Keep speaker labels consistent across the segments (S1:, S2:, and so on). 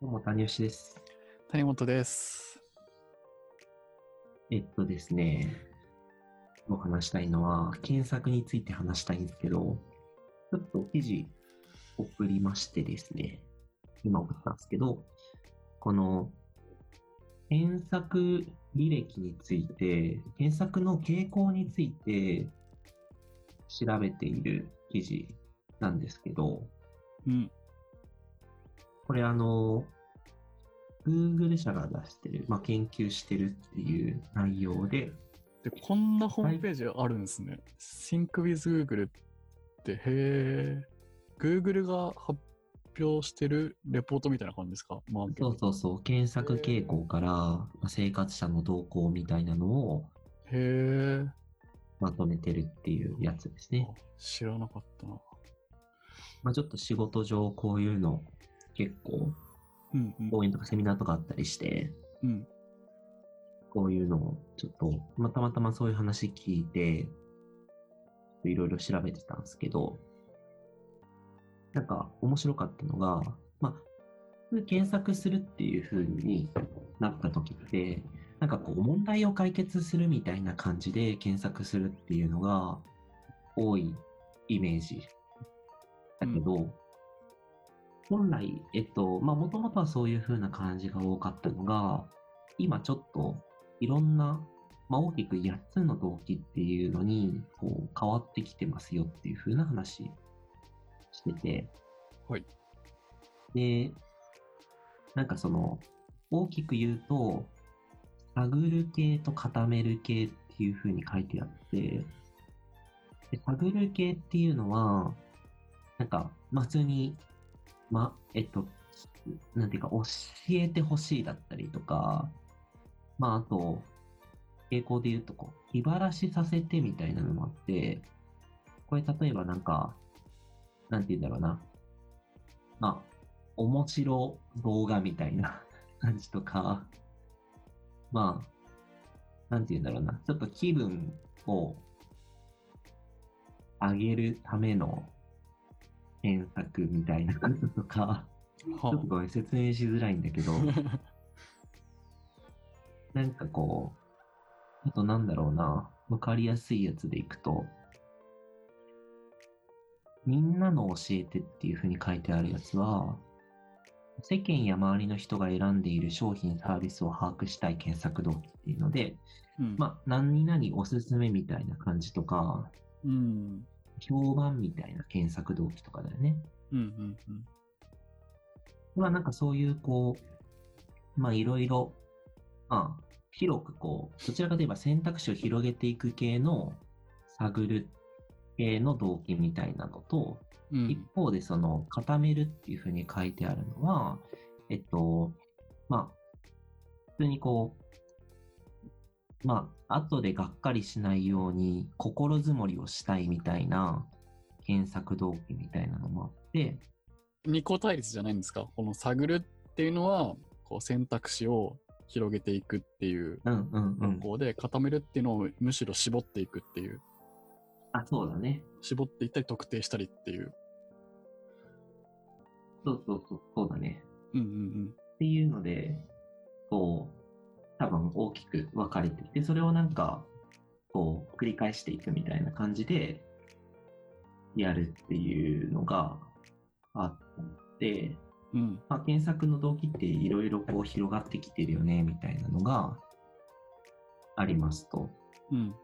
S1: どうも、谷吉です。
S2: 谷本です。
S1: えっとですね、今日話したいのは、検索について話したいんですけど、ちょっと記事送りましてですね、今送ったんですけど、この、検索履歴について、検索の傾向について調べている記事なんですけど、
S2: うん。
S1: これあの、Google 社が出してる、まあ、研究してるっていう内容で、
S2: で、こんなホームページあるんですね。Sync with Google って、へえ。Google が発表してるレポートみたいな感じですかマーケッ
S1: そう
S2: ト。
S1: そうそう、検索傾向からまあ生活者の動向みたいなのを
S2: へえ。
S1: まとめてるっていうやつですね。
S2: 知らなかったな。
S1: まあ、ちょっと仕事上こういうの結構、
S2: うんうん。
S1: 講演とかセミナーとかあったりして、
S2: うん。
S1: こういうのをちょっと、まあ、たまたまそういう話聞いて、いろいろ調べてたんですけど、なんか面白かったのが、まあ、検索するっていう風になった時って、なんかこう問題を解決するみたいな感じで検索するっていうのが多いイメージだけど、本来、えっと、まあもともとはそういう風な感じが多かったのが、今ちょっといろんな、まあ、大きく8つの動機っていうのにこう変わってきてますよっていう風な話してて。
S2: はい。
S1: で、なんかその、大きく言うと、探る系と固める系っていう風に書いてあって、で探る系っていうのは、なんか、まあ、普通に、ま、えっと、なんていうか、教えてほしいだったりとか、まあ、あと、傾向で言うと、こう、気晴らしさせてみたいなのもあって、これ例えばなんか、なんて言うんだろうな。まあ、面白動画みたいな 感じとか、まあ、なんて言うんだろうな。ちょっと気分を上げるための検索みたいなこととか、ちょっと
S2: は
S1: ごめん、説明しづらいんだけど、
S2: あ、
S1: なんかこう、あとなんだろうな、わかりやすいやつでいくと、みんなの教えてっていう風に書いてあるやつは、世間や周りの人が選んでいる商品サービスを把握したい検索動機っていうので、
S2: うん、
S1: まあ、何々おすすめみたいな感じとか、
S2: うん。
S1: 評判みたいな検索動機とかだよね。
S2: うんうんうん。
S1: まあなんかそういうこう、まあいろいろ、まあ広くこう、どちらかといえば選択肢を広げていく系の探る系の動機みたいなのと、
S2: う
S1: 一
S2: ん。
S1: 方でその固めるっていうふうに書いてあるのは、えっと、まあ、普通にこう、まあ、後でがっかりしないように心づもりをしたいみたいな検索動機みたいなのもあって、
S2: 二個対立じゃないんですかこの探るっていうのは、こう選択肢を広げていくっていう
S1: うんうんう
S2: 方
S1: ん。
S2: 向で、固めるっていうのをむしろ絞っていくっていう。
S1: あ、そうだね。
S2: 絞っていったり特定したりっていう。
S1: そうそうそう、そうだね。
S2: うんうん
S1: っていうので、こう、多分大きく分かれていて、それをなんか、こう、繰り返していくみたいな感じで、やるっていうのがあって、
S2: うん。うん。
S1: まあ、検索の動機っていろいろこう広がってきてるよね、みたいなのがありますと。
S2: うん。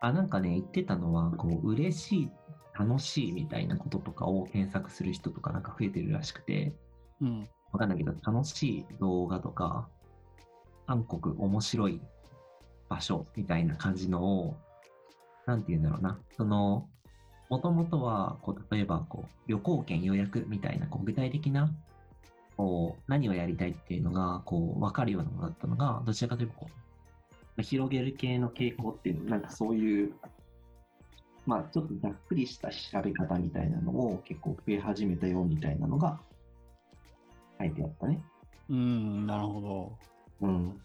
S1: あ、なんかね、言ってたのは、こう、嬉しい、楽しいみたいなこととかを検索する人とかなんか増えてるらしくて、
S2: うん。
S1: わかんないけど、楽しい動画とか、韓国面白い場所みたいな感じのを、なんて言うんだろうな。その、もともとは、こう、例えば、こう、旅行券予約みたいな、こう、具体的な、こう、何をやりたいっていうのが、こう、わかるようなものだったのが、どちらかというと、こう、広げる系の傾向っていうの、なんかそういう、まあ、ちょっとざっくりした調べ方みたいなのを結構増え始めたよみたいなのが書いてあったね。
S2: うん。なるほど。
S1: うん。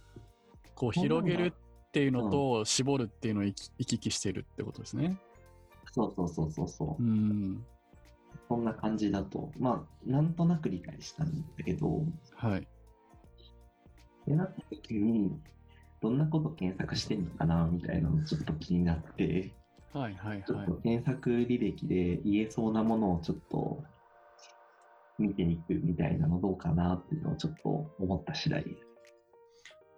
S2: こう
S1: そうなん
S2: 広
S1: だ
S2: げるっていうのと絞るっていうのを行き行き来してるってことですね。
S1: そうそうそうそうそうう。
S2: ん。
S1: そんな感じだと、まあ、なんとなく理解したんだけど、
S2: はい。
S1: ってなった時に、どんなこと検索してんのかなみたいなのちょっと気になって、
S2: はいはい
S1: ちょっ
S2: はい
S1: と。検索履歴で言えそうなものをちょっと見ていくみたいなのどうかなっていうのをちょっと思った次第です。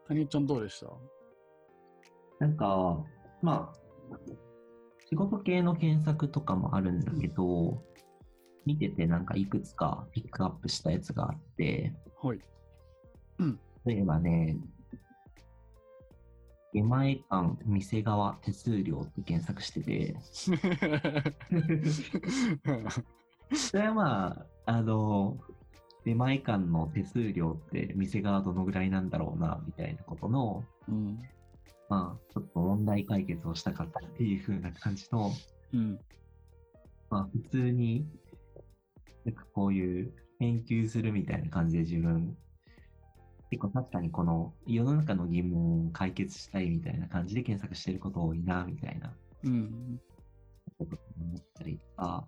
S2: 谷ちゃんどうでした
S1: なんか、まあ、仕事系の検索とかもあるんだけど、見ててなんかいくつかピックアップしたやつがあって、
S2: はい。
S1: 例えばね、出前館、店側、手数料って検索してて、それはまあ、あの、出前館の手数料って店側どのぐらいなんだろうな、みたいなことの、
S2: うん。
S1: まあ、ちょっと問題解決をしたかったっていう風な感じの、
S2: うん。
S1: まあ、普通に、なんかこういう研究するみたいな感じで自分、結構確かにこの世の中の疑問を解決したいみたいな感じで検索してること多いな、みたいな
S2: うん。
S1: ことを思ったりとか、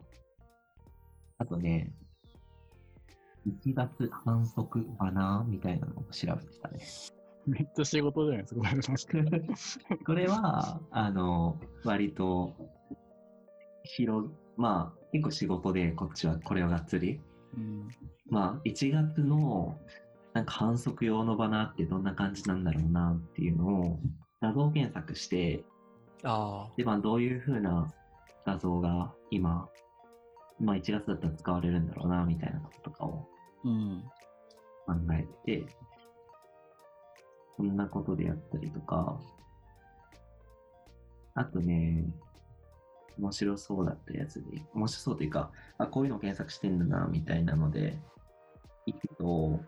S1: あとね、1月反則バナーみたいなのを調べてたね。
S2: めっちゃ仕事じゃないですか、これ
S1: これは、あの、割と、広、まあ、結構仕事でこっちはこれをがっつり
S2: うん。
S1: まあ、1月のなんか反則用のバナーってどんな感じなんだろうなっていうのを画像検索して、
S2: あ
S1: で、まあ、どういう風な画像が今、まあ、1月だったら使われるんだろうなみたいなこととかを
S2: あ。うん。
S1: 考えて、そんなことでやったりとか、あとね、面白そうだったやつで、面白そうというか、あ、こういうの検索してんだな、みたいなので、行くと、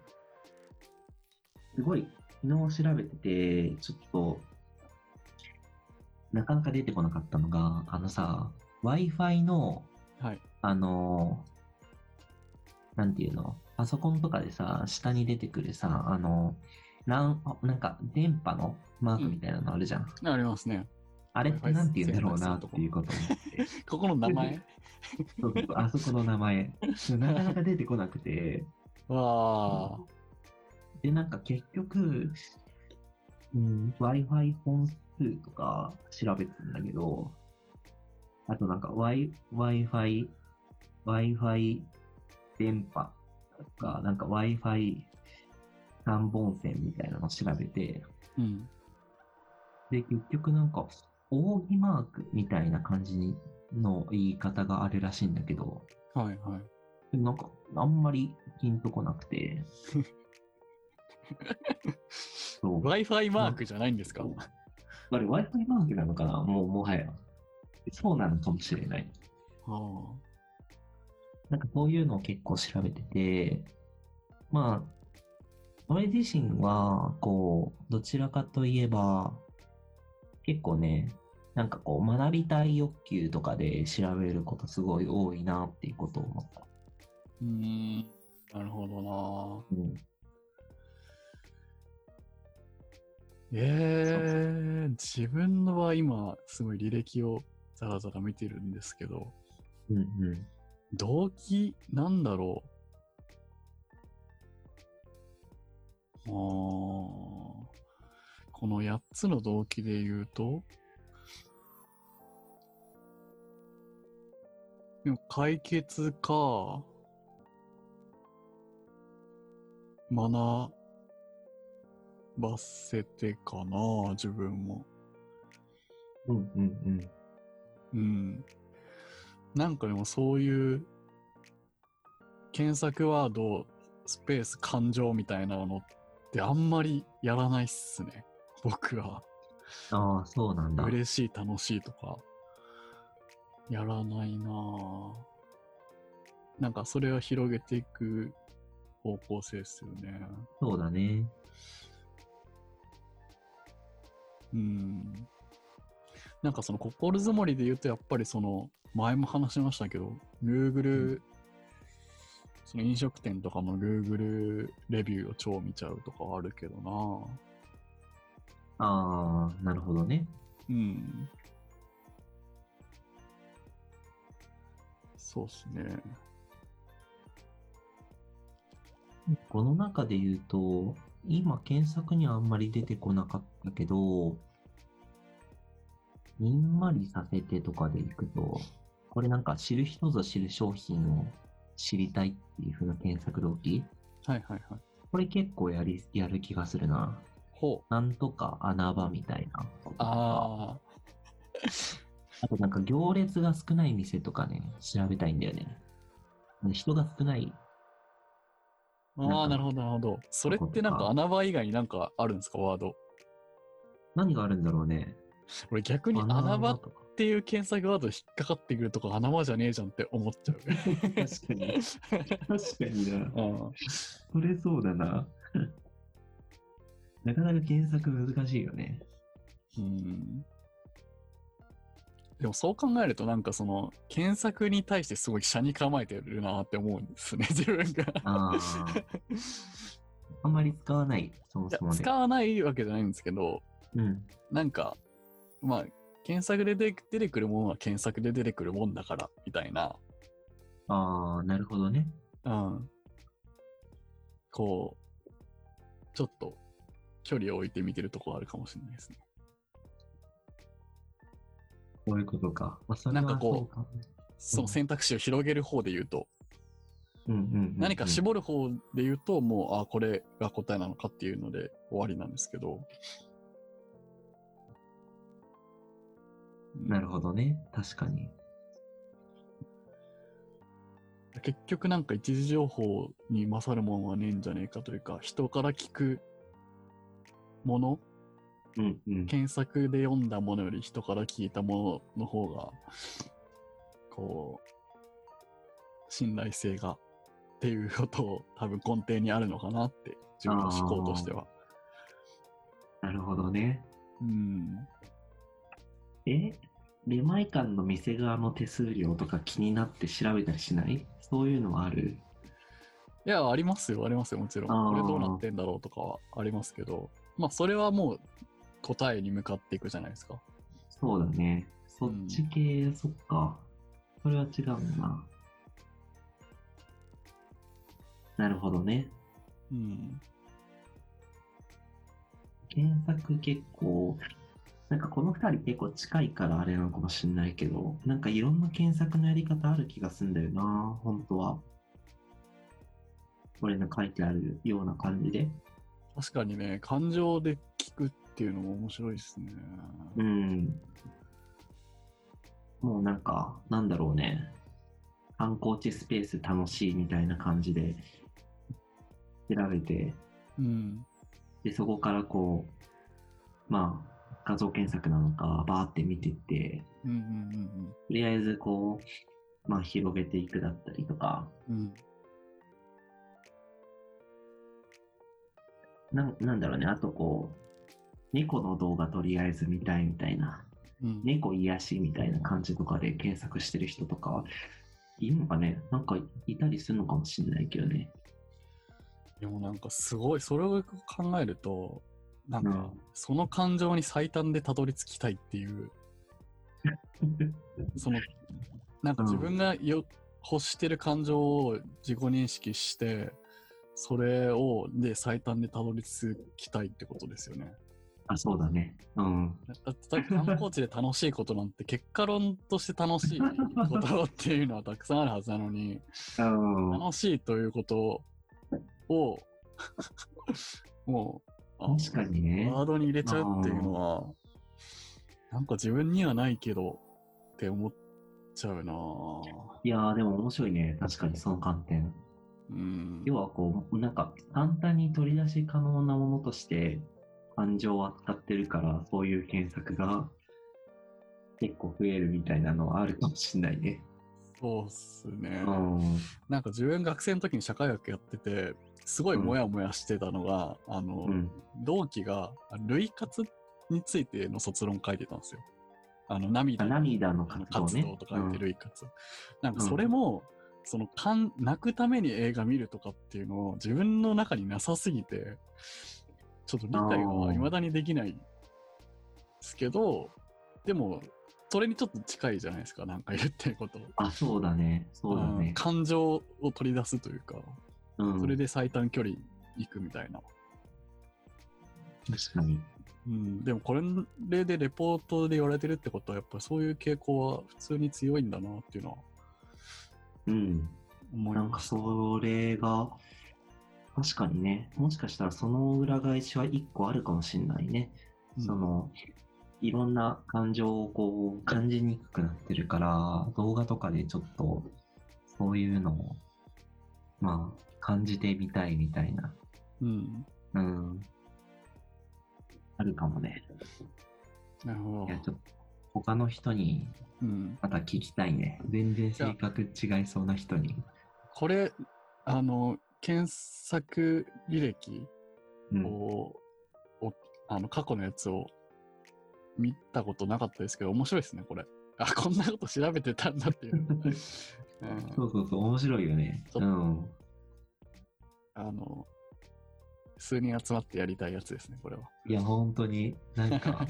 S1: すごい、昨日調べてて、ちょっと、なかなか出てこなかったのが、あのさ、Wi-Fi の、
S2: はい
S1: あの、なんていうのパソコンとかでさ、下に出てくるさ、あの、なんなんか、電波のマークみたいなのあるじゃん。
S2: ありますね。
S1: あれってなんて言うんだろう
S2: Wi-Fi
S1: なっていうことを思って。
S2: ここの名前
S1: そうそうそうあそこの名前。なかなか出てこなくて。
S2: わあ。
S1: で、なんか結局、うん、Wi-Fi 本数とか調べてたんだけど、あとなんか Wi- Wi-Fi、Wi-Fi 電波とか、なんか Wi-Fi 三本線みたいなの調べて、
S2: うん。
S1: で、結局なんか、扇マークみたいな感じの言い方があるらしいんだけど、
S2: はいはい。
S1: なんか、あんまりピンとこなく て。そう。
S2: Wi-Fi マークじゃないんですか、
S1: あれ、Wi-Fi マークなのかなもう、もはや。そうなのかもしれない。
S2: あ
S1: なんかそういうのを結構調べてて、まあ、俺自身は、こう、どちらかといえば、結構ね、なんかこう、学びたい欲求とかで調べることすごい多いなっていうことを思った。
S2: うーん。なるほどな
S1: うん。
S2: ええー、自分のは今、すごい履歴をざらざら見てるんですけど、
S1: うんうん。
S2: 動機なんだろう。あーこの8つの動機で言うと、でも解決か、学ばせてかな、自分も。
S1: うんうんうん。
S2: うん。なんかでもそういう、検索ワード、スペース、感情みたいなのってあんまりやらないっすね。僕は。
S1: ああ、そうなんだ。
S2: 嬉しい、楽しいとか。やらないなぁ。なんかそれを広げていく方向性っすよね。
S1: そうだね。
S2: うん。なんかその心づもりで言うとやっぱりその前も話しましたけど Google、その飲食店とかの Google レビューを超見ちゃうとかはあるけどな
S1: ああ、なるほどね。
S2: うんそうっすね
S1: この中で言うと、今検索にはあんまり出てこなかったけど、にんまりさせてとかでいくと、これなんか知る人ぞ知る商品を知りたいっていう風な検索動機
S2: はいはいはい。
S1: これ結構やり、やる気がするな。
S2: ほう。
S1: なんとか穴場みたいなこととか。
S2: あ
S1: あとなんか行列が少ない店とかね、調べたいんだよね。人が少ない。
S2: あ。
S1: なんか
S2: ああ、なるほどなるほど。それってなんか穴場以外になんかあるんですか、ワード。
S1: 何があるんだろうね。
S2: 俺逆に穴場っ
S1: とか。
S2: ていう検索ワード引っかかってくるとこ穴場じゃねえじゃんって思っちゃう。
S1: 確かに。 確かにな。
S2: うん
S1: それそうだな。なかなか検索難しいよね。
S2: うんでもそう考えるとなんかその検索に対してすごい車に構えてるなって思うんですね自分が。
S1: ああ。あんまり使わない、そも
S2: いや
S1: そもね。
S2: 使わないわけじゃないんですけど
S1: うん。
S2: なんかまあ検索で出て出てくるものは検索で出てくるもんだからみたいな、
S1: ああ、なるほどね。
S2: うん、こうちょっと距離を置いて見てるとこあるかもしれないですね。
S1: こういうことか。まあ、それ
S2: なん
S1: は
S2: かこう
S1: そうかもね
S2: その選択肢を広げる方で言うと
S1: うんうんうんうん、
S2: 何か絞る方で言うと、もう、あ、これが答えなのかっていうので終わりなんですけど。
S1: なるほどね。確かに。
S2: 結局なんか一時情報に勝るもんはねえんじゃねえかというか、人から聞くもの、
S1: うんうん。
S2: 検索で読んだものより人から聞いたものの方が、こう、信頼性がっていうことを多分根底にあるのかなって、自分の思考としては。
S1: なるほどね。
S2: うん。
S1: え出前館の店側の手数料とか気になって調べたりしないそういうのはある
S2: いや、ありますよ、ありますよ、もちろ
S1: あ
S2: ん。
S1: ー
S2: これどうなってんだろうとかはありますけど、まあ、それはもう答えに向かっていくじゃないですか。
S1: そうだね。そっち系、そっか。それは違うな。なるほどね。
S2: うん。
S1: 検索結構、なんかこの二人結構近いからあれなのかもしれないけど、なんかいろんな検索のやり方ある気がすんだよな、本当は。俺の書いてあるような感じで。
S2: 確かにね、感情で聞くっていうのも面白いですね。
S1: うん。もうなんか、なんだろうね。観光地スペース楽しいみたいな感じで、調べて、
S2: うん。
S1: で、そこからこう、まあ、画像検索なのか、バーって見てって、
S2: うんうん
S1: とりあえずこう、まあ、広げていくだったりとか、
S2: うんうん。うん。
S1: なんなんだろうね、あとこう、猫の動画とりあえず見たいみたいな、
S2: うん、
S1: 猫癒しみたいな感じとかで検索してる人とか、いるのかね、なんかいたりするのかもしれないけどね。
S2: でもなんかすごい、それを考えると、なん
S1: う
S2: か
S1: ん、
S2: その感情に最短でたどり着きたいっていう、その、なんか自分がよ、欲してる感情を自己認識して、それを、で、最短でたどり着きたいってことですよね。
S1: あ、そうだね。うん。
S2: だだって、だ観光地で楽しいことなんて、結果論として楽しいことっていうのはたくさんあるはずなのに、
S1: うん
S2: 楽しいということを、 もう、あ
S1: 確かにね。
S2: ワードに入れちゃうっていうのは、なんか自分にはないけど、って思っちゃうなぁ
S1: いやーでも面白いね。確かにその観点。
S2: うん。
S1: 要はこう、なんか簡単に取り出し可能なものとして感情を扱ってるから、そういう検索が結構増えるみたいなのはあるかもしんないね。
S2: そうっすね
S1: う。ん。
S2: なんか自分学生の時に社会学やってて、すごいモヤモヤしてたのが、あの、
S1: うん。
S2: 同期が、あ類活についての卒論書いてたんですよ。あの、
S1: あ
S2: 涙の
S1: 涙の活動
S2: 活
S1: ね。
S2: 動とか言って類活。なんか
S1: うん
S2: それも、その、かん泣くために映画見るとかっていうのを自分の中になさすぎて、ちょっと理解が未だにできないですけど、でも、それにちょっと近いじゃないですか、なんか言ってること。
S1: うんあ、そうだね。そうだ
S2: うん
S1: ね。
S2: 感情を取り出すというか。
S1: ううん、
S2: それで最短距離行くみたいな。
S1: 確かに。
S2: うん、でもこれでレポートで言われてるってことは、やっぱりそういう傾向は普通に強いんだなっていうのは
S1: うん。
S2: 思い
S1: なん
S2: ま
S1: か
S2: した。
S1: それが、確かにね、もしかしたらその裏返しは一個あるかもしれないね。
S2: うん
S1: その、いろんな感情をこう感じにくくなってるから、動画とかでちょっとそういうのを、まあ、感じてみたいみたいな、
S2: うん。
S1: うん、あるかもね。
S2: なるほ
S1: いや、
S2: ど。
S1: ちょっと他の人に
S2: うん。
S1: また聞きたいね。全然性格違いそうな人に。
S2: これ、あの、検索履歴
S1: うん、
S2: を、おあの、過去のやつを見たことなかったですけど、面白いですね、これ。あ、こんなこと調べてたんだっ ていう。うん
S1: そうそうそう、面白いよね。
S2: そう
S1: うん。
S2: あの、数人集まってやりたいやつですね、これは。
S1: いや、本当に、なんか、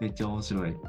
S1: めっちゃ面白い。
S2: うん